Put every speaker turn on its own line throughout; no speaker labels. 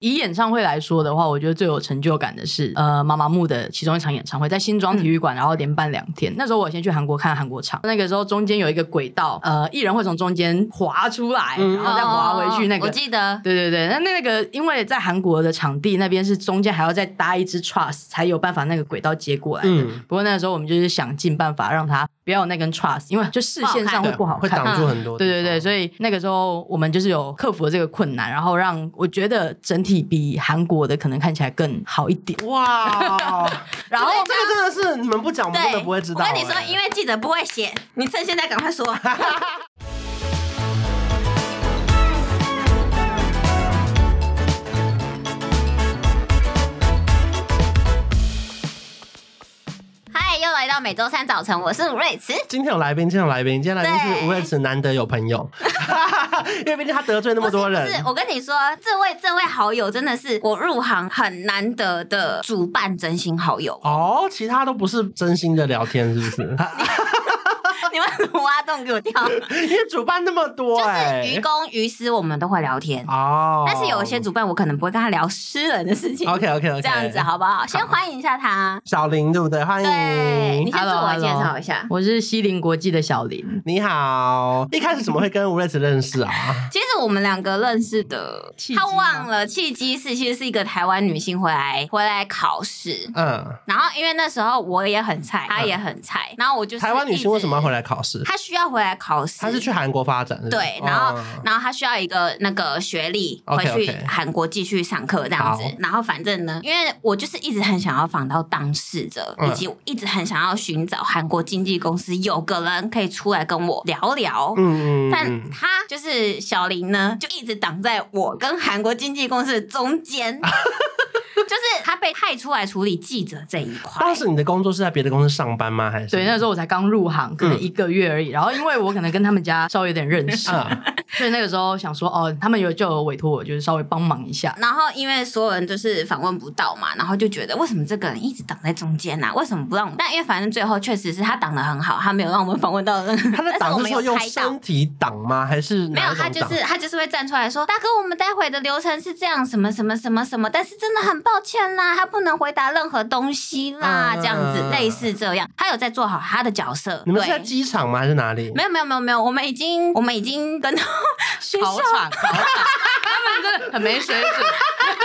以演唱会来说的话，我觉得最有成就感的是呃妈妈木的其中一场演唱会，在新庄体育
嗯
馆，然后连办两天。那时候我先去韩国看韩国场，那个时候中间有一个轨道，呃，艺人会从中间滑出来，
嗯
然后再滑回去那
哦我
个。
记得
对对对，那那个因为在韩国的场地那边是中间还要再搭一只 truss 才有办法那个轨道接过来的。
嗯，
不过那个时候我们就是想尽办法让它不要有那根 truss，因为就视线上会不好
会
看。
挡住很多地
对对
方。
对，所以那个时候我们就是有克服了这个困难，然后让我觉得整体比韩国的可能看起来更好一点。
哇，
然后
这个真的是你们不讲，我们真的
对，
不会知道、哎欸
我跟你说，因
为
为记者不会写，你趁现在赶快说。 嗨，又来到每周三早晨，我是吴瑞慈。
今天有来宾，今天有来宾，今天来宾是
对
吴瑞慈，难得有朋 友，因为毕竟他得罪那
不
么
是不
多人。。
是，我跟你说，这位这位好友真的是我入行很难得的主办真心好友
哦，其他都不是真心的聊天，是不是？
你们怎么挖洞给我跳？
因为主办那么多、
就是
哎，
于公于私，我们都会聊天。
哦，
但是有一些主办，我可能不会跟他聊私人的事情。
OK OK OK，
这样子好啊不好？先欢迎一下他。
小林对不对？欢
对，你
迎。
先自我
Hello，Hello
介绍一下。
我是西林国际的小林，
你好，一开始怎么会跟吴瑞慈认识啊？
其实我们两个认识的
契，机
他
吗
忘了契机是其实是一个台湾女性回来回来考试，
嗯，
然后因为那时候我也很菜，她也很菜，然后我就是
台湾女性为什么要回
来？
来考试？
她需要回来考试，
她是去韩国发展，是不是
对，然后、
哦
然后他需要一个那个学历回
OK，OK
去韩国继续上课这样子
好。
然后反正呢，因为我就是一直很想要访到当事者，
嗯
以及一直很想要寻找韩国经纪公司有个人可以出来跟我聊聊。
嗯嗯
但
嗯，
他就是小林呢，就一直挡在我跟韩国经纪公司的中间， 就是他被派出来处理记者这一块。
当时你的工作是在别的公司上班吗？还是
对，那时候我才刚入行，可能一个月而已。然后因为我可能跟他们家稍微有点认识，
嗯
所以那个时候想说，哦，他们有就有委托我，就是稍微帮忙一 下。
然后因为所有人就是访问不到嘛，然后就觉得为什么这个人一直挡在中间呐、为什么不让我们？但因为反正最后确实是他挡的很好，他没有让我们访问到人，
他
但
在
是
挡
我
的
们
时候
有
用
拍到
身。体挡吗？还是
没
哪
有，
一种
他就
挡
是他就是会站出来说：“大哥，我们待会的流程是这样，什么什么什么什么，但是真的很抱歉啦，他不能回答任何东西啦，
嗯
这样子类似这样，他有在做好他的角色。”
你们是在
对，
机场吗？还是哪里？
没有没有没有没有，我们已经我们已经跟学校
考场，考场，他们真的很没水准。
对，想听你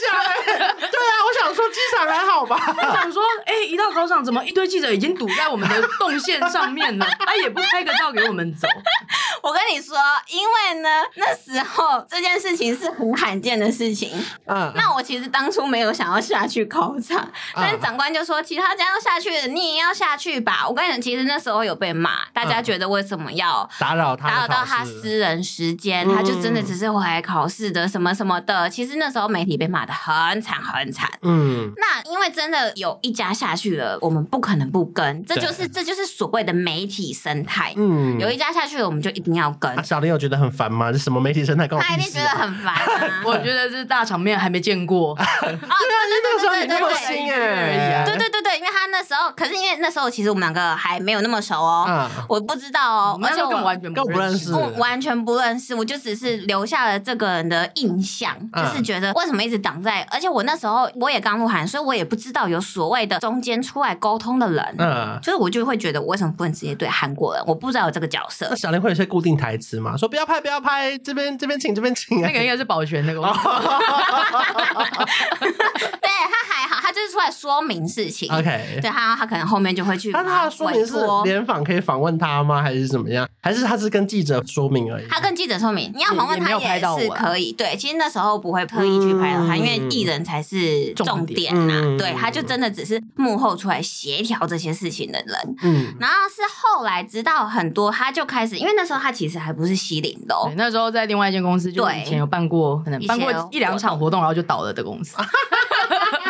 讲、哎，对啊，我想说机场还好吧？
我想说，哎、一到考场，怎么一堆记者已经堵在我们的动线上面了？他也不开个道给我们 走。！
我跟你说，因为呢，那时候这件事情是很罕见的事情。
嗯，
那我其实当初没有想要下去考场，但是长官就说其他家要下去的，你也要下去吧。我跟你讲，其实那时候有被骂，大家觉得为什么要？
打扰他的
打扰到
考
他
试
私人时间，
嗯
他就真的只是回来考试的什么什么的。其实那时候媒体被骂的很惨很惨。
嗯，
那因为真的有一家下去了，我们不可能不跟，这
对
就是这就是所谓的媒体生态。
嗯
有一家下去了，我们就一定要跟。
啊、小林有觉得很烦吗？这什么媒体生态跟我
他一
屁
定
事
觉得
啊？
很烦啊
我觉得这大场面还没见过，
哦，
那时候你那么
对对
新
对
哎、
对对对对，因为他那时候，可是因为那时候其实我们两个还没有那么熟哦，
啊，
我不知道哦，
那
而且
就更
我
完全
更不认识
我完全不认识，我就只是留下了这个人的印象，就
嗯
是觉得为什么一直挡在，而且我那时候我也刚入行，所以我也不知道有所谓的中间出来沟通的人，
嗯。
就是我就会觉得我为什么不能直接对韩国人，我不知道有这个角色
那。小林会有一些固定台词嘛？说不要拍，不要拍，这边这边请，这边请、
那个应该是保全那个。我
对他还好，他就是出来说明事情。
OK。
对他，他可能后面就会去。
但是他的说明是
委托
联访可以访问他吗？还是怎么样？还是他是跟记者说明而已？
他跟记者说明，你要访
也
问
也没
他
有拍到我
是可以。对，其实那时候不会特意去拍到他，
嗯
因为艺人才是重点呐、
重点嗯
对，他就真的只是幕后出来协调这些事情的人。
嗯，
然后是后来知道很多，他就开始，因为那时候他其实还不是西林的哦、
对那时候在另外一间公司，就是
对
以前有办过，可能办
以前有
过一两场活动，然后就倒了的公 司。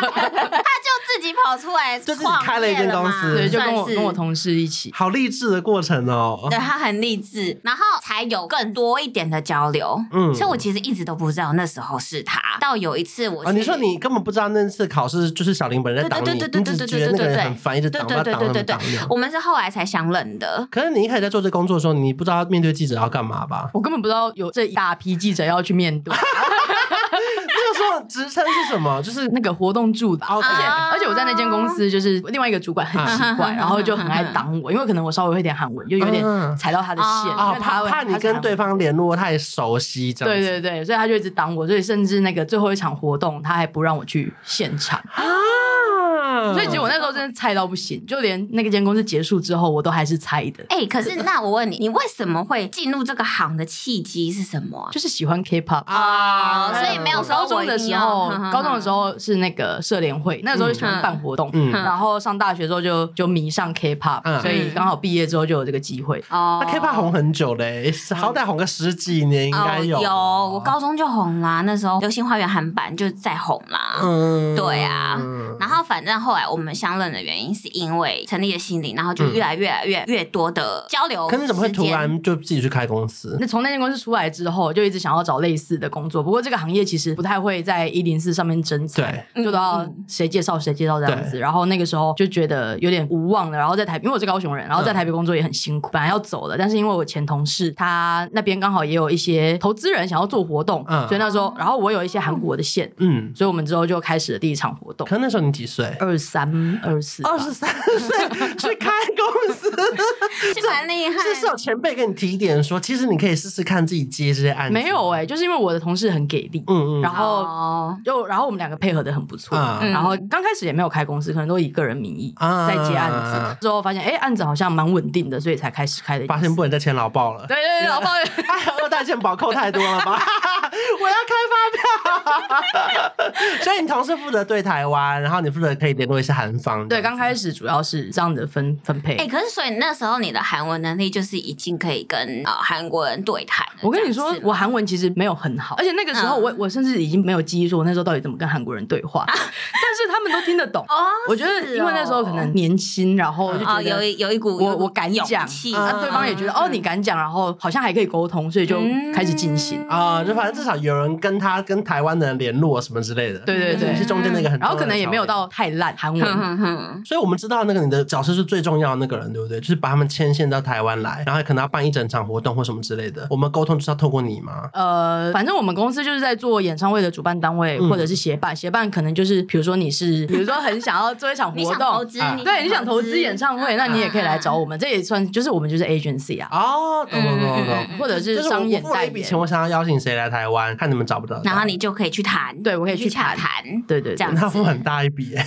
就自己跑出来
就自己
创
开了一间
业嘛
公司
对，就跟我
算是
跟我同事一起。
好励志的过程哦。
对他很励志，然后才有更多一点的交流。
嗯
所以我其实一直都不知道那时候是他。到有一次我去、
啊，你说你根本不知道那次考试就是小林本人在挡你，
对对对
你
对对
只
对
觉
对
得那个
对
人
对
很烦，一直挡他
对对
挡
对
他
对
挡
对
你。
我们是后来才相认的。
可是你一开始在做这工作的时候，你不知道面对记者要干嘛吧？
我根本不知道有这一大批记者要去面对，
说职称是什么？就是
那个活动助的。
OK，
啊
而且我在那间公司，就是另外一个主管很奇怪，
嗯
然后就很爱挡我，因为可能我稍微会一点韩文，就有点
嗯
踩到他的
哦
线，因
啊，
为他
怕
会
怕你
他是
跟
韩
对方联络太熟悉，这样
对
子
对对，所以他就一直挡我，所以甚至那个最后一场活动，他还不让我去现场，
啊，
所以其实我那时候真的菜到不行，就连那个间公司结束之后，我都还是菜的，
哎、可是那我问你，你为什么会进入这个行的契机是什么啊？
就是喜欢 K-pop。
啊
哦所以没有
我
说
高中的时
我
候
一定要，
高中的时
嗯
候是那个社联会，那时候就喜欢办活动，
嗯
然后上大学之后就就迷上 K-pop，、
嗯
所以刚好毕业之后就有这个机会。
哦
那 K-pop 红很久嘞，好歹红个十几年应该
哦有、
有。啊
我高中就红啦，那时候《流星花园》韩版就再红啦。
嗯
对啊然后反正后来我们相认的原因是因为成立了心灵，然后就越来越来越越多的交流。
可是你怎么会突？然就自己去开公司？
那从那间公司出来之后，就一直想要找类似的工作。不过这个行业其实不太会在一零四上面征才，
对
就都要谁介绍谁介绍这样子。然后那个时候就觉得有点无望了。然后在台，因为我是高雄人，然
嗯
后在台北工作也很辛苦，本来要走了，但是因为我前同事他那边刚好也有一些投资人想要做活动，
嗯
所以那时候，然后我有一些韩国的线，
嗯，
所以我们之后就开始了第一场活动。
可那时候你几岁？
二三二四，
二十三 岁去开公 司，
是蛮厉害的。
是是有前辈跟你提点说，其实你可以试试看自己接这些案子。
没有哎、就是因为我的同事很给力，
嗯，嗯
然
嗯，
后
哦，
就然后我们两个配合的很不错，
嗯
然后刚开始也没有开公司，可能都以个人名义
啊
在接案子，之后发现哎案子好像蛮稳定的，所以才开始开的。
发现不能再签劳报了。
对对对，老抱怨。
哎呀，二代健保扣太多了吧？ 我要开发票。 所以你同事负责对台湾，然后你负责可以联络一些韩 方。
对，刚开始主要是这样的分分配。
哎、可是所以那时候你的韩文能力就是已经可以跟呃韩国人对谈了。
我跟你
这样
说
是，吗
我韩文其实没有很好，而且那个时候
嗯啊
我、我甚至已经没有记忆说我那时候到底怎么跟韩国人对话， 但是他们都听得懂。
哦，
我觉得
是
因为
哦
那时候可能年轻，然后就觉
哦
得
有一有一股
我
有一股
我敢
勇
讲
气，嗯
啊
啊，对方也觉得、哦，你敢讲，然后好像还可以沟通，所以就开始进行。
啊、就反正至少有人跟他跟台湾的人联络什么之类的。
对对对
你是中间那个很，
然后可能也没有。到太烂韩文，
嗯哼哼，
所以我们知道那个你的角色是最重要的那个人，对不对？就是把他们牵线到台湾来，然后可能要办一整场活动或什么之类的。我们沟通就是要透过你嘛。
呃，反正我们公司就是在做演唱会的主办单位、
嗯
或者是协办，协办可能就是比如说你是，比如说很想要做一场
你
活
想投
动，
资
啊，
对，你想投资演唱会，那你也可以来找
我。
我们，这也算就是我们就是 agency 啊，
哦，懂懂懂
嗯嗯嗯
懂。
或者
就是是
商
我
演
付
代
了一笔
言。
钱，我想要邀请谁来台湾，看你们找不找得到。
然后你就可以去谈，
对我可以
去
去
洽
谈
谈，
对对对
这样
那付
子。
很大一笔、欸，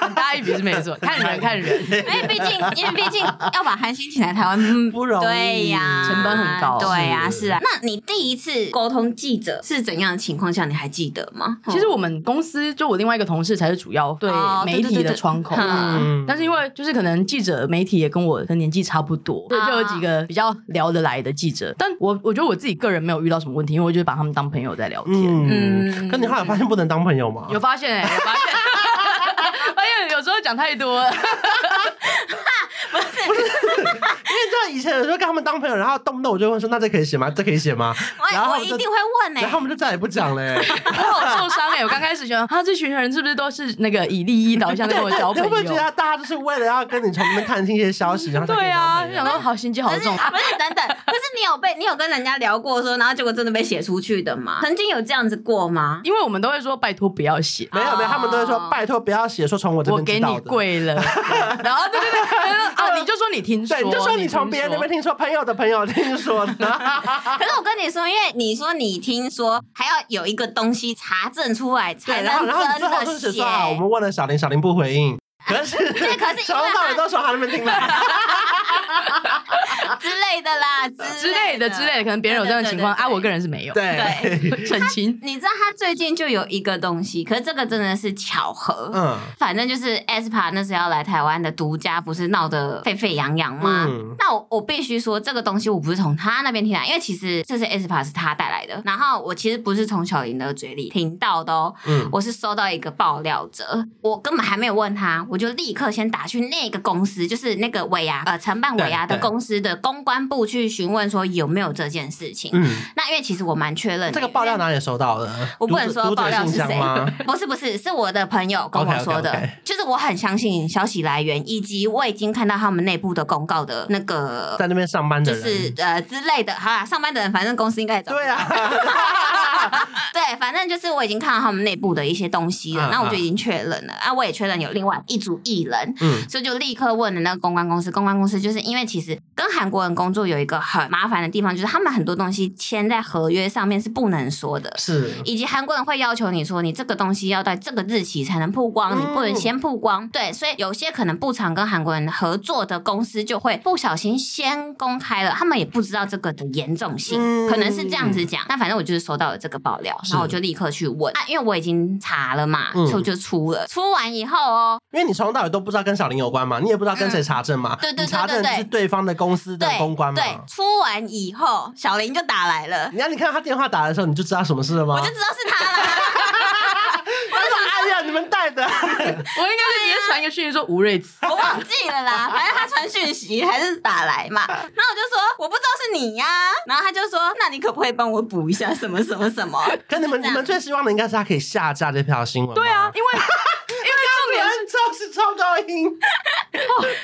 很大一笔是 没错，看人看人。
因哎为毕竟，因为毕竟要把韩星请来台湾嗯
不容易
对呀，
成本很高
对呀，
是
是啊。那你第一次沟通记者是怎样的情况下？你还记得吗？
其实我们公司就我另外一个同事才是主要对
哦对
媒体
对对
的
对
窗口啦，
嗯
嗯，
但是因为就是可能记者媒体也跟我的年纪差不多，对，就有几个比较聊得来的记者。但我我觉得我自己个人没有遇到什么问题，因为我就是把他们当朋友在聊天。
嗯，
嗯
可你后来发现不能当朋友吗？
有发现 哎、有发现，发现有时候讲太多了，
因为知道以前有时候跟他们当朋友，然后动不动我就问说：“那这可以写吗？这可以写吗？”然
我
后
我
就
一定会问欸呢
然。后我们就再也不讲嘞、
我 好受伤哎、我刚开始觉得啊，这群人是不是都是那个以利益导向跟我交
你
朋
会不会觉
友？
得大家就是为了要跟你从那边探听一些消息，然后才跟
对
你
啊，
当
就
朋
想
友？
说好心机好
可是
重。
不是等等，可是你有被你有跟人家聊过说，然后结果真的被写出去的吗？曾经有这样子过吗？
因为我们都会说拜托不要写，
没有没有，他们都会
哦
说：“拜托不要写，说从我这
我
边
给
知道
你
的。”
跪了。然后对对对，啊，你就说你听说，
对，你就说你从
听
别人那
说
边听说，朋友的朋友听说 的，
可是我跟你说，因为你说你听说还要有一个东西查证出来才
对， 然后
能
然后你最
真
后就是
的
写
写
说啊，我们问了小林，小林不回应，可是
对 可是因为
从头到尾都从他那边听来，
之类的啦，之
之类的之类的，可能别人有这样的情况
对对对
啊，
对
我个人是没有。
对，
澄清。
你知道他最近就有一个东西，可是这个真的是巧合。
嗯，
反正就是 aespa 那时候要来台湾的独家，不是闹得沸沸扬扬吗？
嗯
那我我必须说，这个东西我不是从他那边听来，因为其实这是 aespa 是他带来的，然后我其实不是从小林的嘴里听到的哦，
嗯
我是收到一个爆料者，我根本还没有问他，我就立刻先打去那个公司，就是那个尾牙呃承办尾牙的
对对
公司的公关部去询问说有没有这件事情。
嗯，
那因为其实我蛮确认的
这个爆料哪里收到的？
我不能
读者
说
读者
爆料是
信箱
谁
吗？
不是不是，是我的朋友跟我说的
OK，OK，OK
就是我很相信消息来源，以及我已经看到他们内部的公告的那个，
在那边上班的
就
人，
是呃之类的。好啦，上班的人，反正公司应该也找不到
对啊，
对，反正就是我已经看到他们内部的一些东西了，
嗯
那我就已经确认了啊，我也确认有另外一组艺人，
嗯
所以就立刻问了那个公关公司。公关公司就是因为其实跟韩国人工作有一个很麻烦的地方，就是他们很多东西签在合约上面是不能说的。
是
以及韩国人会要求你说，你这个东西要在这个日期才能曝光，
嗯
你不能先曝光。对，所以有些可能不常跟韩国人合作的公司就会不小心先公开了，他们也不知道这个的严重性，
嗯
可能是这样子讲。那反正我就是收到了这个爆料，
是
然后我就立刻去问，啊，因为我已经查了嘛，
嗯
所以我就出了。出完以后哦，
因为你从头到尾都不知道跟小林有关嘛，你也不知道跟谁查证嘛，
嗯对对对
你查证就是对方的公司的
对
公关啊嘛。
对，出完以后，小林就打来了，
你看，你看他电话打的时候，你就知道什么事了吗？
我就知道是他了。
他说：“哎呀，你们带的，
我应该是直接传一个讯息说吴瑞慈，
我忘记了啦，反正他传讯息还是打来嘛，然后我就说我不知道是你呀、然后他就说那你可不可以帮我补一下什么什么什么？
可你们
这
你
样
们最希望的应该是他可以下架这条新闻。”
对啊，，因为因为重点是
人就是超高 音，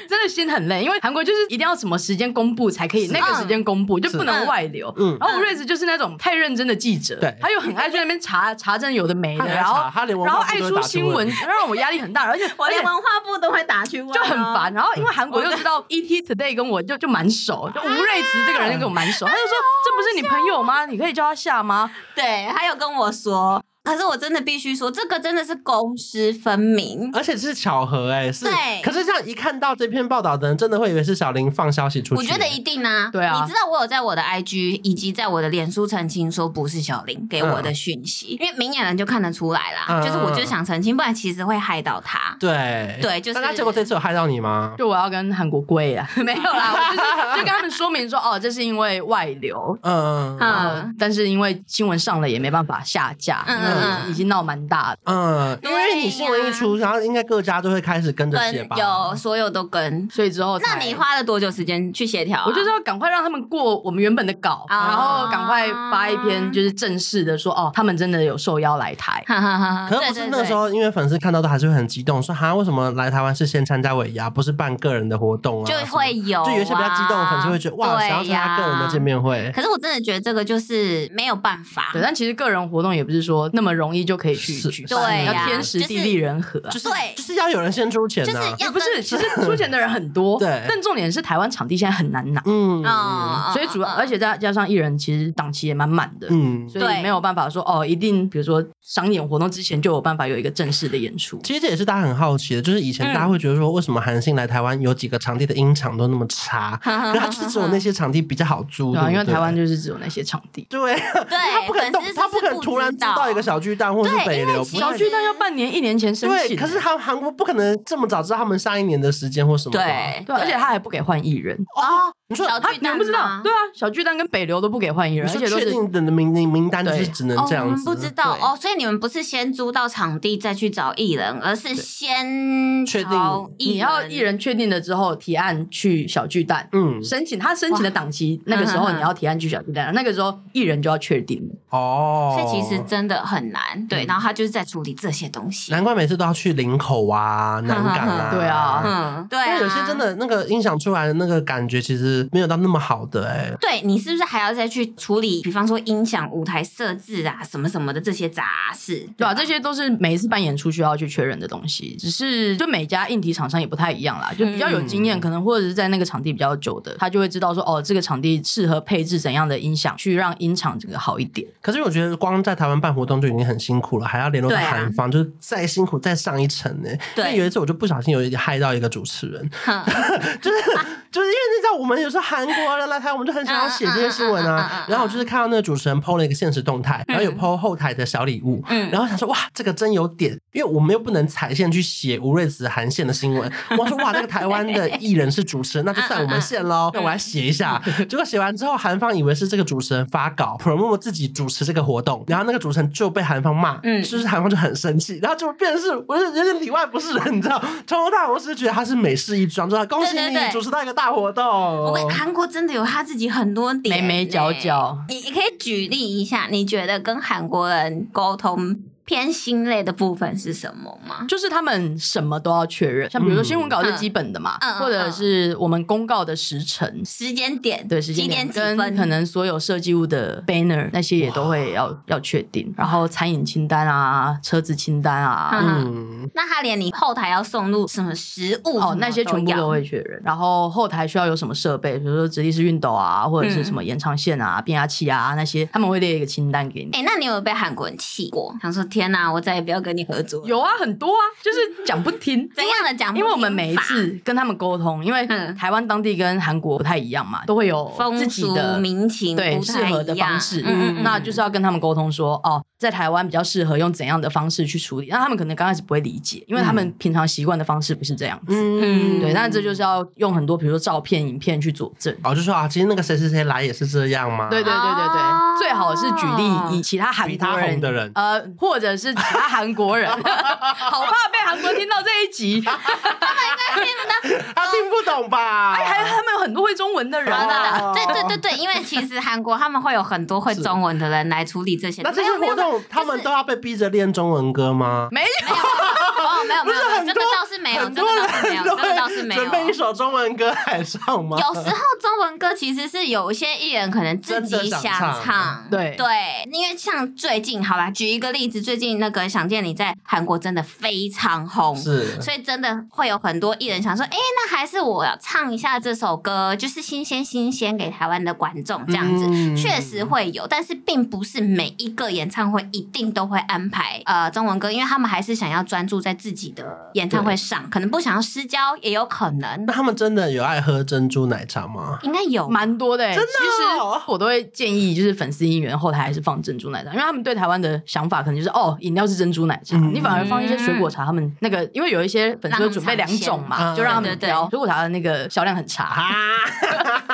真的心很累，因为韩国就是一定要什么时间公布才可以，那个时间公布就不能外流。
嗯
然后吴瑞慈就是那种太认真的记者，
对
他又很爱去那边查查证有的没
他
的，
很爱
然
查
后
他连文
然
化
后
部
爱
都会
出
打去
新闻，让我压力很大，而且
我
而
连
且
文化部都会打去问、哦
就很。烦。然后因为韩国又知道 ET Today 跟我就就蛮熟，就吴瑞慈这个人就跟我蛮熟，他就说这不是你朋友吗？你可以叫他下吗？
对，他有跟我说，可是我真的必须说，这个真的是公私分明。
而且是巧合哎、是
对。
可是这样一看到这篇报道的人，真的会以为是小林放消息出去。
我觉得一定啊，
对啊
你知道我有在我的 IG 以及在我的脸书澄清说不是小林给我的讯息，因为明眼人就看得出来啦，
嗯
就是我就想澄清，不然其实会害到他。
对
对就是
那他结果这次有害到你吗？
就我要跟韩国跪啊，没有啦，我就是就跟他们说明说哦，这是因为外流。
嗯嗯
嗯，
但是因为新闻上了也没办法下架，
嗯
嗯
嗯嗯
已经闹蛮大的。
嗯，因为你新闻一出，然后应该各家都会开始跟着写
跟
吧。
有所有都跟，
所以之后才
那你花了多久时间去协调、啊？
我就是要赶快让他们过我们原本的稿，
啊
然后赶快发一篇就是正式的说哦，他们真的有受邀来台。
哈哈哈哈，
可是不
对
是那个时，候，因为粉丝看到都还是会很激动，说哈，为什么来台湾是先参加尾牙，不是办个人的活动啊？
对对就会有、啊，
就有一些比较激动的粉丝会觉得哇，
哦对
想
呀
要参加个人的见。面会。
可是我真的觉得这个就是没有办法，
对，但其实个人活动也不是说那么容易就可以去
是
举
是
办，
对呀
要天时
就是
地利人和啊、
就是
对
就是要有人先出钱啊
就是
呐、
要
不是，其实出钱的人很多，
对
但重点是台湾场地现在很难拿，
嗯
啊，
所以主要
嗯
而且再加上艺人其实档期也蛮满的，
嗯，
所以
对
没有办法说哦，一定比如说商演活动之前就有办法有一个正式的演出。
其实这也是大家很好奇的，就是以前大家会觉得说，为什么韩信来台湾有几个场地的音场都那么差？
嗯
可是他就是只有那些场地比较好租，
对啊，
对
因为
不对
台湾就是只有那些场地，
对，
对
他不可能动
哎粉丝，是
他不可能突然
不
租
知道
到一个小巨蛋或者是
对啊
北
因为
流，
其实
不
小
太
巨蛋要半年一年前申
对。
请，
可是他韩国不可能这么早知道他们上一年的时间或什么吧。
对
对啊，而且他还不给换艺人，
哦，
你说
小
他
巨
你
蛋
们不知道
吗，
对啊，小巨蛋跟北流都不给换艺人，
你
而
说
且都
确
是
定的名名名单就是
对
只能
哦，
嗯这
我
样
们
子，
不知道
对
哦，所以你们不是先租到场地再去找艺人，而是先
确定
找艺
你要艺人确定了之后提案去小巨蛋。
嗯，
申请他申请的档期，那个时
嗯
候
嗯嗯
你要提案去小巨蛋，那个时候艺人就要确定了。
哦，
所以其实真的很难，
嗯
对。然后他就是在处理这些东西，
难怪每次都要去林口啊、南港啊，
对啊
嗯，对、
因
啊，
为有些真的那个音响出来的那个感觉，其实没有到那么好的哎、
对你是不是还要再去处理，比方说音响、舞台设置啊，什么什么的这些杂事？
对啊，这些都是每一次办演出需要去确认的东西，只是就每家硬体厂商也不太一样啦，就比较有经
嗯
验，可能或者是在那个场地比较久的，他就会知道说哦，这个场地适合配置怎样的音响，去让音场这个好一点。
可是我觉得光在台湾办活动就已经很辛苦了，还要联络到
对啊
韩方，就是再辛苦再上一层欸呢、
对
因为有一次我就不小心有一点害到一个主持人，就是就是因为你知道我们有时候韩国啊人来台，我们就很想要写这些新闻
嗯嗯嗯嗯
啊
嗯。
然后我就是看到那个主持人 PO 了一个现实动态，然后有 PO 后台的小礼物，
嗯
然后想说哇，这个真有点，因为我们又不能踩线去写吴瑞慈韩线的新闻。我说哇，那个台湾的艺人是主持人，那就算我们线喽。那我来写一下。
嗯
结果写完之后，韩方以为是这个主持人发稿，promo 自己主持这个活动，然后那个主持人就被韩方骂，
嗯
就是韩方就很生气，然后就变成是我就有点里外不是人，你知道，从头到尾我只是觉得他是美事一桩，就是他恭喜
对对
你
对
主持到一个大大活动
我
哦
跟。韩国真的有他自己很多点
眉眉角角
欸。你你可以举例一下，你觉得跟韩国人沟通偏心累的部分是什么吗？
就是他们什么都要确认，像比如说新闻稿是基本的嘛，
嗯嗯嗯嗯
或者是我们公告的时辰，
时间点
对时间
几点几
跟
分？
可能所有设计物的 banner 那些也都会要要确定，然后餐饮清单啊、车子清单啊，
嗯
嗯，
那他连你后台要送入什么食物
哦那些全部都会确认。然后后台需要有什么设备，比如说直立式熨斗啊，或者是什么延长线啊、变压器啊那些，他们会列一个清单给你。
哎、欸那你有没有被韩国人气过？想说天哪、我再也不要跟你合作了。
有啊，很多啊，就是讲不听。
怎样的讲？
因为我们每一次跟他们沟通，因为
嗯
台湾当地跟韩国不太一样嘛，都会有自
风
己
俗
的
民情
对
不太
适合的
一样
方式，
嗯嗯
那就是要跟他们沟通说，哦，在台湾比较适合用怎样的方式去处理，那他们可能刚开始不会理解，因为他们平常习惯的方式不是这样子。
嗯，
对，但这就是要用很多，比如说照片、影片去佐证。
哦，就说啊，今天那个谁谁谁来也是这样吗？
对对对对对，
哦
最好是举例以其他韩
比他
国人
红的人
呃， 或者是其他韩国 人，好怕被韩国听到这一 集。
他听不懂吧？
哎
还有他们有很多会中文的 人
好
啊
啦。
对对对对，因为其实韩国他们会有很多会中文的人来处理这些。
那这
没
些
有没
活
有
动，他们都要被逼着练中文歌吗？
没有，
哦，没有没有，没有
很
这
多
个倒是没有，
很
这
多
个倒是没
人
有，
都
这
会
个倒是没有
准。备一首中文歌来唱吗？
有时候中文歌其实是有一些艺人可能自己想
真的想
唱
唱，
对
对，因为像最近，好吧，举一个例子，最近那个《想见你》在韩国真的非常红，
嗯
是
所以真的会有很多艺人想说，哎、那还是我要唱一下这首歌，就是新鲜新鲜给台湾的观众这样子。
嗯
确实会有，但是并不是每一个演唱会一定都会安排呃中文歌，因为他们还是想要专注在自己的演唱会上，可能不想要失焦，也有可 能
那，他们真的有爱喝珍珠奶茶吗？
应该有
蛮多的、欸。
真的哦
其实我都会建议，就是粉丝应援后台还是放珍珠奶茶，因为他们对台湾的想法可能就是哦，饮料是珍珠奶茶，
嗯
你反而放一些水果茶，他们那个因为有一些粉丝会准备两种
让
嘛，
他们尝鲜
就让他
嗯
们
对对对
挑。水果茶的那个销量很差，
啊，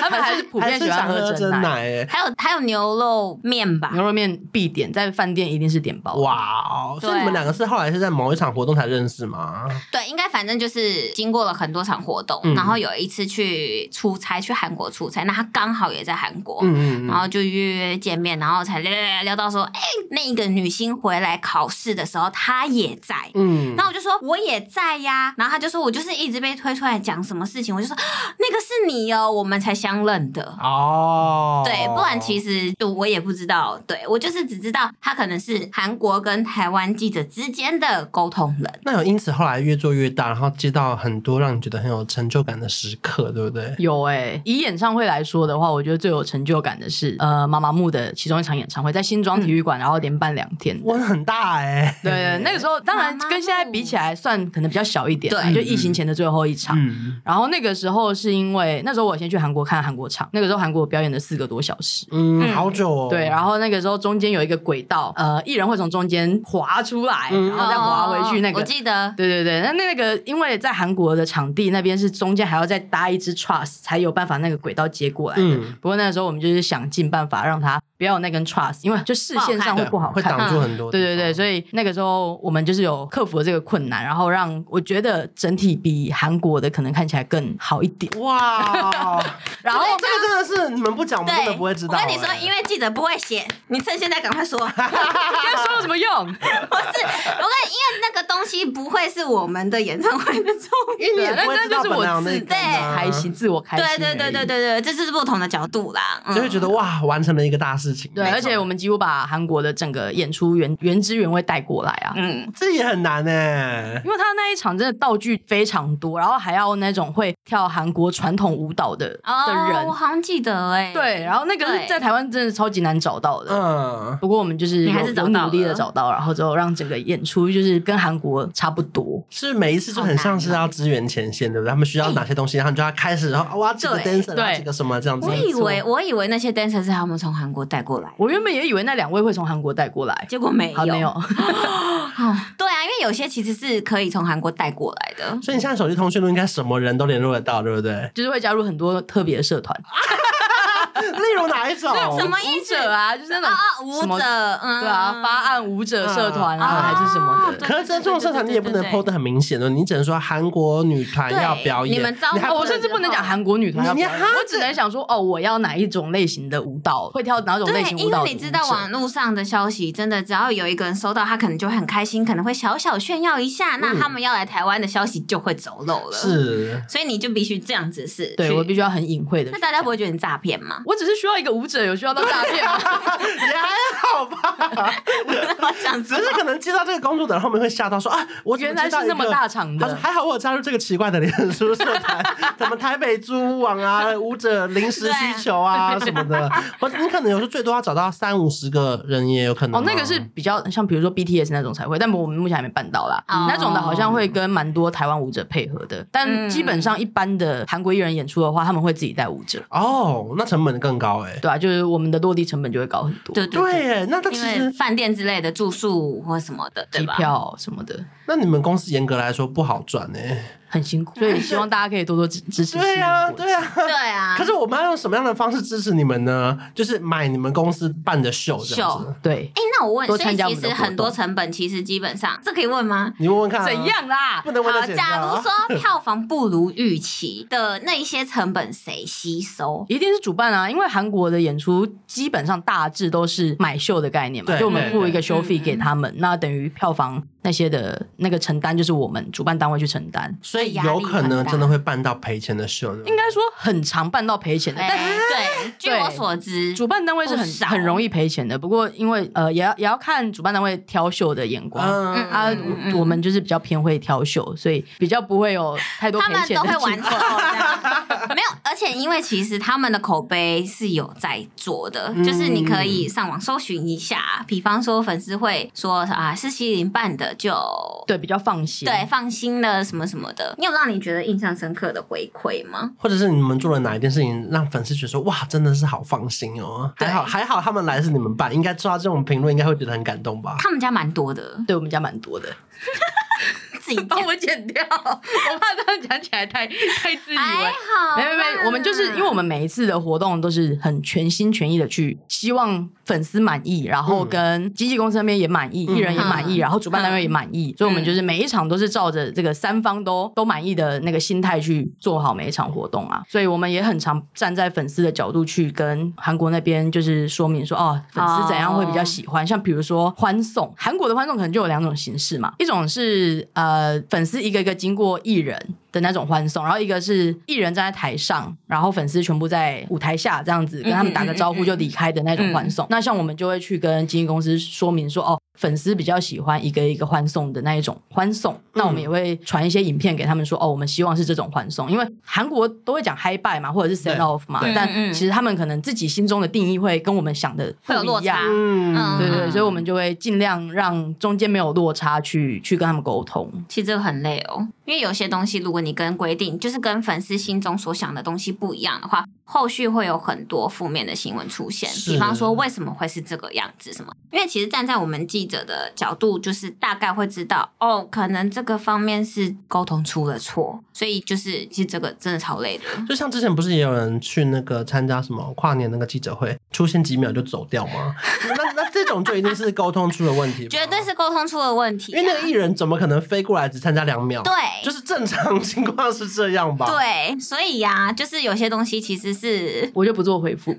他们还是普遍喜欢
还是想喝
真
真
奶。
奶耶。
还有还有牛肉面吧，
牛肉面必点，在饭店一定是点包。哇，
哇哦！
对啊
所以你们两个是后来是在某一场活动才认识吗？
对，应该反正就是经过了很多场活动，
嗯
然后有一次去出差，去韩国出差，那他刚好也在韩国。
嗯嗯
然
嗯，
后就约约见面，然后才聊聊聊聊到说，哎、那一个女星回来考试的时候，她也在，
嗯
然后我就说我也在呀，然后他就说我就是一直被推出来讲什么事情，我就说 啊那个是你哦，我们才相认的。
哦，
对，不然其
实
实就我也不知道，对我就是只知道他可能是韩国跟台湾记者之间的沟通人。
那有因此后来越做越大，然后接到很多让你觉得很有成就感的时刻，对不 对？
嗯
有哎、以演唱会来说的话，我觉得最有成就感的是呃妈妈木的其中一场演唱会，在新庄体育馆，然后连办两天。
我很大哎，
对对，那个时候当然
妈妈
跟现在比起来，算可能比较小一点啦，
对
就疫情前的最后一场。
嗯
然后那个时候是因为那时候我先去韩国看韩国场，那个时候韩国表演了四个多小时。
嗯，好久哦，
啊
对，然后那个时候中间有一个轨道，呃，艺人会从中间滑出来，然后再滑回去那
哦我
个。
记得
对对对，那那个因为在韩国的场地那边是中间还要再搭一只 truss 才有办法那个轨道接过来的。
嗯
不过那个时候我们就是想尽办法让它不要有那根 truss，因为就视线上会不好
会
看。
挡住很多地方。
对对对，所以那个时候我们就是有克服了这个困难，然后让我觉得整体比韩国的可能看起来更好一点。
哇，
然后
这个真的是你们不讲，我们
对，
真的不会知道
我
欸。
跟你说，因为记者不会写，你趁现在赶快说。不是，
跟说有什么 用？
我跟因为那个东西不会是我们的演唱会的重点。
因为你也
对
不会
那
知道
那就是
本来有
我
那
自
个啊
开心，，自我 开心而
对
已。
对对对对对，这就是不同的角度啦。嗯
就会觉得哇，完成了一个大事情。
对，而且我们几乎把韩国的整个演出原原汁原味带过来啊。
嗯，
这也很难哎。
因为他那一场真的道具非常多，然后还要那种会跳韩国传统舞蹈的、的人
哦我，好像记得哎、欸。
对，然后那个
对
是在台湾真的超级难找到的。
嗯，
不过我们就是
你还
有
是
有
找到
努力的
了
找到，然后之后让整个演出就是跟韩国差不多。
是每一次就很像是要支援前线，对不对？他们需要哪些东西，然后你就要开始，然后啊我要几个
对
dancer，然后几个什么这样子。
我以为我以为那些 dancer 是他们从韩国带过来，
我原本也以为那两位会从韩国带过来，
结果没有。
好没有。
哦对啊，因为有些其实是可以从韩国带过来的。
所以你现在 手机通讯录应该什么人都联络得到，对不对？
就是会加入很多特别的社团，
例如哪一种？
什么
舞者啊，就是那种
啊啊，舞
什么
者，嗯，
对啊，发案舞者社团啊，
啊
还是什么的。
对
可是在这种社团，你也不能
对对对对
PO 的很明显的，你只能说韩国女团
对
要表演，
你们招
还
哦，
募
我甚至不能讲韩国女团要
你
表
你
演，
哈
我只能想说，哦，我要哪一种类型的舞蹈，会跳哪种类
对，
型舞
因
蹈的舞
为你知道
者
网络上的消息，真的只要有一个人收到，他可能就会很开心，可能会小小炫耀一下。
嗯
那他们要来台湾的消息就会走漏了，，
是
所以你就必须这样子是。
对我必
须。
须要很隐晦的？
那。大家不会觉得你诈骗吗
我只是需要一个舞者，有需要到诈骗吗？
也还好吧。
我想
只
说，
是可能接到这个工作的人后面会吓到说啊，我怎么
原来
接到
是那么
一个
大场
他说
的。
还好我有加入这个奇怪的脸书社团，什么台北租屋网啊、舞者临时需求啊什么的。我你可能有时候最多要找到三五十个人也有可能啊
哦，
嗯
那个是比较像，比如说 BTS 那种才会，但我们目前还没办到啦。
哦
那种的好像会跟蛮多台湾舞者配合的，但
嗯
基本上一般的韩国艺人演出的话，他们会自己带舞者，
哦，那成本更高哎。
对啊，就是我们的落地成本就会高很多，
对对对，
对耶，那他其
因为
实
饭店之类的住宿或什么的，对
机
吧？
票什么的
那你们公司严格来说不好赚哎。
很辛苦，所以希望大家可以多多支支持。
对啊，对啊。
对啊
可。是我们要用什么样的方式支持你们呢？就是买你们公司办的秀这样子。
对，
哎，那我问，
多
所
参
以
加我
其
们的
实
活动
很多成本其实基本上，这可以问吗？
你问问看、啊，
怎样啦？
不能问
好
的，简单
假
啊
如说票房不如预期的那一些成本谁吸 收？
一定是主办啊，因为韩国的演出基本上大致都是买秀的概念嘛，
对
就我们付一个
对
修费
嗯嗯
给他们，那等于票房那些的那个承担就是我们主办单位去承担。
所以
压力
有可能
很大
真的会办到赔钱的秀呢。
应该说很常办到赔钱的，但
哎，对，据我所知，
主办单位是很
不少
很容易赔钱的。不过因为呃，也要也要看主办单位挑秀的眼光。
嗯，
啊
嗯嗯，嗯
我们就是比较偏会挑秀，所以比较不会有太多
他
赔
们
钱
都
的
会
情
玩
况。
透这样，没有，而且因为其实他们的口碑是有在做的，
嗯
就是你可以上网搜寻一下，比方说粉丝会说啊是西林办的就。
对，比较放心。
对，放心了什么什么的，你有让你觉得印象深刻的回馈吗？
或者是你们做了哪一件事情让粉丝觉得说哇，真的是好放心哦，还好还好他们来是你们办，应该抓这种评论应该会觉得很感动吧？
他们家蛮多的，
对我们家蛮多的，
自己 讲
帮我剪掉，我怕这样讲起来太太自以为。
还好啦，
没没没，我们就是因为我们每一次的活动都是很全心全意的去，希望粉丝满意，然后
嗯
跟经纪公司那边也满意，艺、人也满意，
嗯
然后主办单位也满意，所以我们就是每一场都是照着这个三方都都满意的那个心态去做好每一场活动啊。所以我们也很常站在粉丝的角度去跟韩国那边就是说明说，哦，粉丝怎样会比较喜欢，像比如说欢送，韩国的欢送可能就有两种形式嘛，一种是呃粉丝一个一个经过艺人。的那种欢送，然后一个是艺人站在台上，然后粉丝全部在舞台下这样
嗯
子跟他们打个招呼就离开的那种欢送。那像我们就会去跟经纪公司说明说，哦，粉丝比较喜欢一个一个欢送的那一种欢
嗯
送。那我们也会传一些影片给他们说，哦，我们希望是这种欢送，因为韩国都会讲 high bye 嘛，或者是 send
对
off 嘛
对，
但
嗯嗯
其实他们可能自己心中的定义会跟我们想的不
会有落
一样
差。
嗯
嗯
对对对，所以我们就会尽量让中间没有落差去去跟他们沟通。
其实这个很累哦，因为有些东西，如果你跟规定，就是跟粉丝心中所想的东西不一样的话，后续会有很多负面的新闻出现。
是
比方说，为什么会是这个样子？什么？因为其实站在我们记者的角度，就是大概会知道，哦，可能这个方面是沟通出了错，所以就是其实这个真的超累的。
就像之前不是也有人去那个参加什么跨年那个记者会，出现几秒就走掉 吗？那那这种就一定是沟通出了问题吧，
绝对是沟通出了问题、
因为那个艺人怎么可能飞过来只参加两秒？
对，
就是啊正常情况是这样吧？，
哎对，所以呀、就是有些东西其实是
我就不做回 复，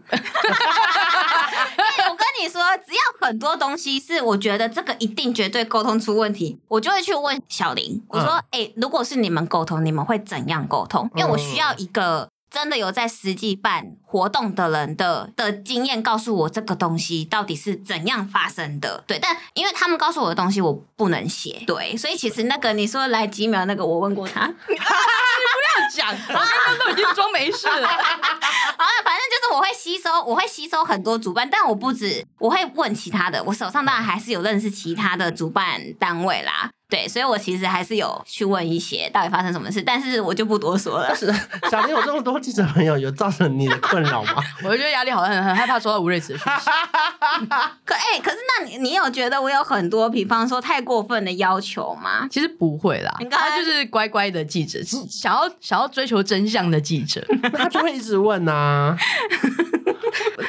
对我跟你说，只要很多东西是我觉得这个一定绝对沟通出问题，我就会去问小林，我说：“哎、如果是你们沟通，你们会怎样沟通？因为我需要一个。”真的有在实际办活动的人的的经验告诉我这个东西到底是怎样发生的，对，但因为他们告诉我的东西我不能写，对，所以其实那个你说来几秒那个我问过他，
讲，我刚刚啊都已经装没事 了。
好了，反正就是我会吸收，我会吸收很多主办，但我不止，我会问其他的，我手上当然还是有认识其他的主办单位啦。对，所以我其实还是有去问一些到底发生什么事，但是我就不多说了。
小林有这么多记者朋友，有造成你的困 扰吗？
我就觉得压力好大很很害怕收到吴瑞慈的讯息。
可哎、可是那你你有觉得我有很多，比方说太过分的要求吗？
其实不会啦
你，刚才
他就是乖乖的记者，
嗯
是想要想要追求真相的记者。
啊那他就会一直问呐、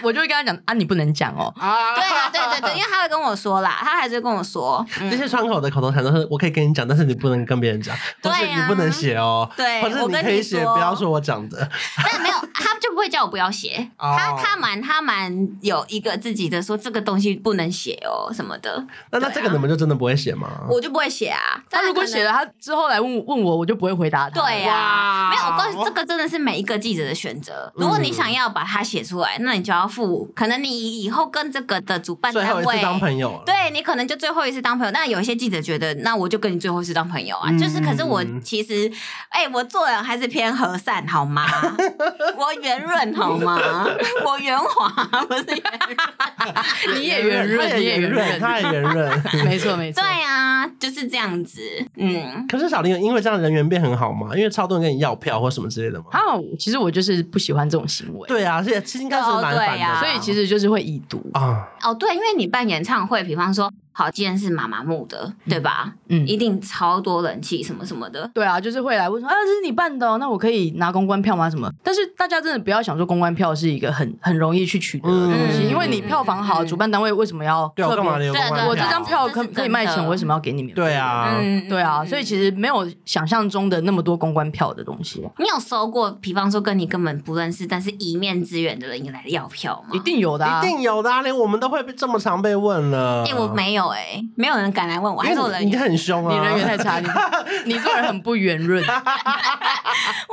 我就会跟他讲啊，你不能讲哦。
啊
对啊，对对对，因为他会跟我说啦，他还是跟我说，嗯
这些窗口的口头禅都是我可以跟你讲，但是你不能跟别人讲，
对
或
啊
是你不能写哦，
对
或是
我
你
跟
可以
你
写，
说
不要说我讲的，
但没有，他就不会叫我不要写。
哦
他他蛮他蛮有一个自己的说这个东西不能写哦什么的，
那那这个你们就真的不会写吗？
我就不会写啊。
他如果
但可能
写了，他之后来问问我，我就不会回答他。
对啊，
哇嗯
没有，我告诉你，这个真的是每一个记者的选择。如果你想要把它写出来，那你就要付，可能你以后跟这个的主办
最
单
后一次
位。
当朋友
啊
了，
对你可能就最后一次当朋友，那有一些记者觉得，那我就跟你最后一次当朋友啊，就是，可是我
嗯
其实，哎、我做人还是偏和善好 吗？我圆润好吗？我圆滑不是圆润？
你也圆润，
他
你
也
也圆润，
他也圆润。
没错没错。
对啊，就是这样子，嗯，
可是小林有因为这样人缘变很好吗？因为超多人跟你要票或什么之类的吗？
啊，其实我就是不喜欢这种行为，
对啊，而且其实应该是蛮
哦
烦
对啊
的，
所以其实就是会已读。
啊，
哦，对，因为你办演唱会，比方说，好，今天是妈妈木的，对吧？
嗯，
一定超多人气什么什么的。
对啊，就是会来问说啊，这是你办的、哦，那我可以拿公关票吗？什么？但是大家真的不要想说公关票是一个很很容易去取得的东西，
嗯
因为你票房好，
嗯
主办单位为什么要
对啊，
特
我干嘛
别？
留
对啊
公
对啊
关
我这张票
这
可
是真的
可以卖钱，我为什么要给你们？
对，啊，
嗯，
对啊，所以其实没有想象中的那么多公关票的东西，
你有收过，比方说跟你根本不认识，但是一面之缘的人也来要票吗？
一。定有的、啊，
一定有的啊，连我们都会被这么常被问了。
哎、我没有哎、没有人敢来问我，
啊因
还是
为
我
你
人
你
缘，
很凶啊，
你人缘太差，你 你做人很不圆润。
我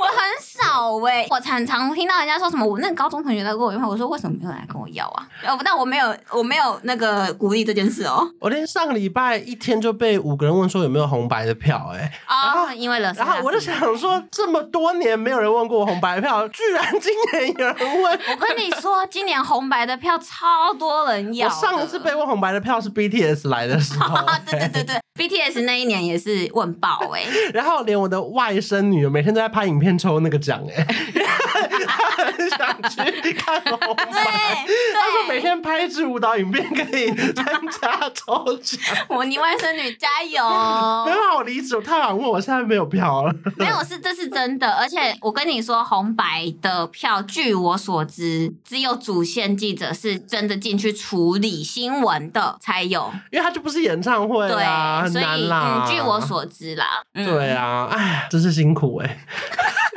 很少哎、我常常听到人家说什么，我那个高中同学来跟我要票，我说为什么没有人来跟我要啊？哦，但我没有，我没有那个鼓励这件事哦、
我连上个礼拜一天就被五个人问说有没有红白的票、 哎，
哦，
后
因为了，
然后我就想，说，这么多年没有人问过我红白票，居然今年有人 问。
我跟你说，今年红白的票超多人要
我
的。
上次被问红白的票是 BTS 来的时 候，
啊， 对对对对，BTS 那一年也是问爆 哎、
然后连我的外甥女每天都在拍影片抽那个奖，哎， 她很想去看红白。
对
她说每
对，
天拍一支舞蹈影片给你参加抽奖。
我你外甥女加
没
油！
办法，我离职，我太晚问我现在没有票了。
没有是这是真的，而且我跟你说，红白的票，据我所知，只有主线记者是真的进去处理新闻的才有，
因为他就不是演唱会
对，
啊，很
啊所
难
以
啦。
嗯，据我，所知啦，嗯、
对啊，哎，真是辛苦 哎，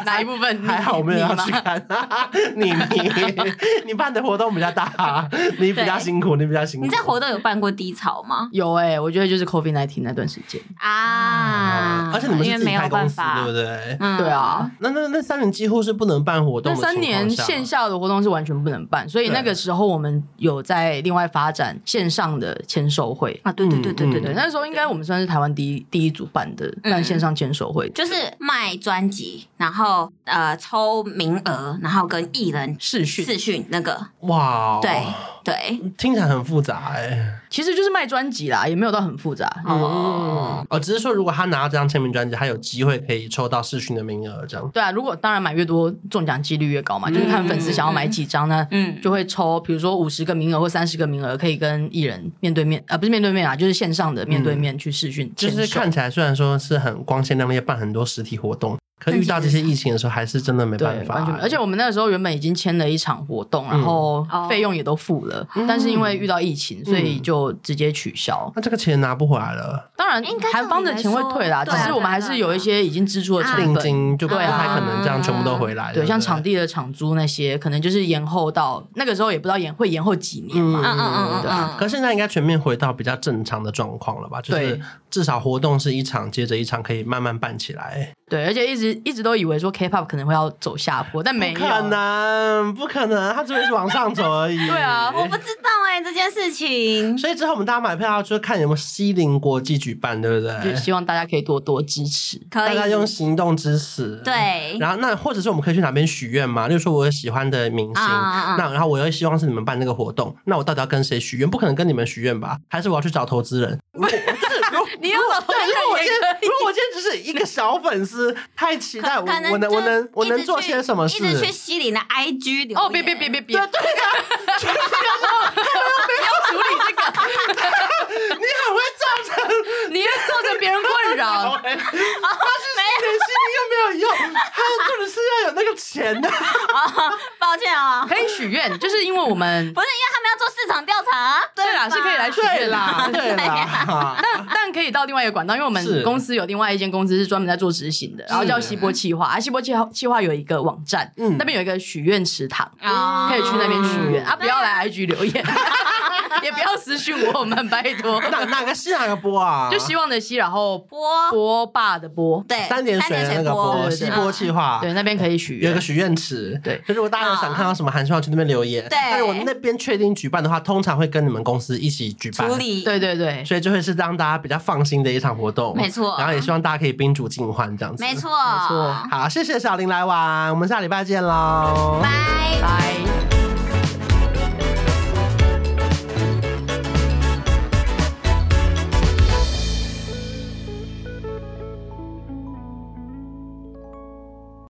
哪一部分？
还好我没有要去
你吗
看。 你你你办的活动比较大，你比较辛苦，你比较辛苦。
你在活动有办过低潮吗？
有哎、我觉得就是 COVID nineteen 那段时间，
嗯啊，
嗯而且你们
因为
是自
没
己
有
开
办
公司，
法
对不，对？
嗯
对啊，
那那那三年几乎是不能办活动
那
的情况
三
下，
年线下的活动是完全不能办，所以
对
那个时候我们有在另外发展线上的签售会。
嗯
啊，对对对对对
对，
对，
那时候应该我们算是台湾第一第一组办的
嗯
办线上签售会，
就是卖专辑，然后呃抽名额，然后跟艺人
视讯
视讯那个，
哇，哦
对、，对，
听起来很复杂哎。
其实就是卖专辑啦，也没有到很复杂。
哦，
哦，只是说如果他拿到这张签名专辑，他有机会可以抽到试训的名额，这样。
对啊，如果当然买越多，中奖几率越高嘛，就是看粉丝想要买几张呢。
嗯，
就会抽，比如说五十个名额或三十个名额，可以跟艺人面对面，呃，不是面对面啊，就是线上的面对面去视讯
嗯就
签售，
是看起来虽然说是很光鲜亮丽，办很多实体活动，可遇到这些疫情的时候，还是真的没
对，
办法。欸嗯
完全没有。而且我们那个时候原本已经签了一场活动，然后费用也都付了，但是因为遇到疫情，所
嗯
以就直接取消。
那这个钱拿不回来了，
当然
应该，
韩方的钱会退啦，
照
只
理来说
是我们还是有一些已经支出的成
定
本。
金就不
对啊
太可能这样全部都回来。
对，
不
像场地的场租那些，可能就是延后到那个时候，也不知道延会延后几年嘛。
嗯嗯嗯嗯
对
嗯，
可现在应该全面回到比较正常的状况了吧？就是
对
至少活动是一场接着一场，可以慢慢办起来。
对，而且一直一直都以为说 K-pop 可能会要走下坡，但没
不
有。
可能，啊不可能，它只会是往上走而已。 对
啊
我不知道哎、这件事情，
所以之后我们大家买票就是看有没有西林国际举办，对不
就
对？
希望大家可以多多支持。
可
大
以
家用行动支持。。
对
然后那或者是我们可以去哪边许愿嘛？例如说我有喜欢的明星，
啊啊啊
那然后我又希望是你们办那个活动，那我到底要跟谁许愿？不可能跟你们许愿吧？还是我要去找投 资人？如果如果
你要找投资人
对如果我今
也
天
可以
如果我今天只是一个小粉丝，太期待
可
我
可能
我能
就
我能我
一
能
直
做
去
些什么事？
一直去西林的 IG 留
哦，别别别
言，
别别！对对呀、
啊 你很会造成
你又造成别人困扰。
我
哦
但是西林西林又没有用，他重点是要有那个钱的。
抱歉啊、
可以许愿，就是因为为我们
不是因为他们要做市场调查啊，
对啦
吧
是可以来学
对啦， 对啦，
但但可以到另外一个管道，因为我
是
们公司有另外一间公司是专门在做执行的，然后叫西波企划，啊，西波企划企划有一个网站，
嗯
那边有一个许愿池塘，
啊
可以去那边许愿
嗯
啊，不要来 IG 留言， 也不要私讯我们，拜 托，
哪哪个是哪个波啊？
就希望的希，然后
播
波霸的波，
对
三点水的那个波，
对对
西
对
波嗯气化，
对，那边可以许
有一
愿
个。许愿池，
对
就如果大家有想看到什么韩希望去那边留言。
对
但如果那边确定举办的话，通常会跟你们公司一起举办
处，理
对对对，
所以就会是让大家比较放心的一场活动。
没错
然后也希望大家可以宾主尽欢这样子。
没错，
错
好，谢谢小林来玩，我们下礼拜见喽，
拜。
拜。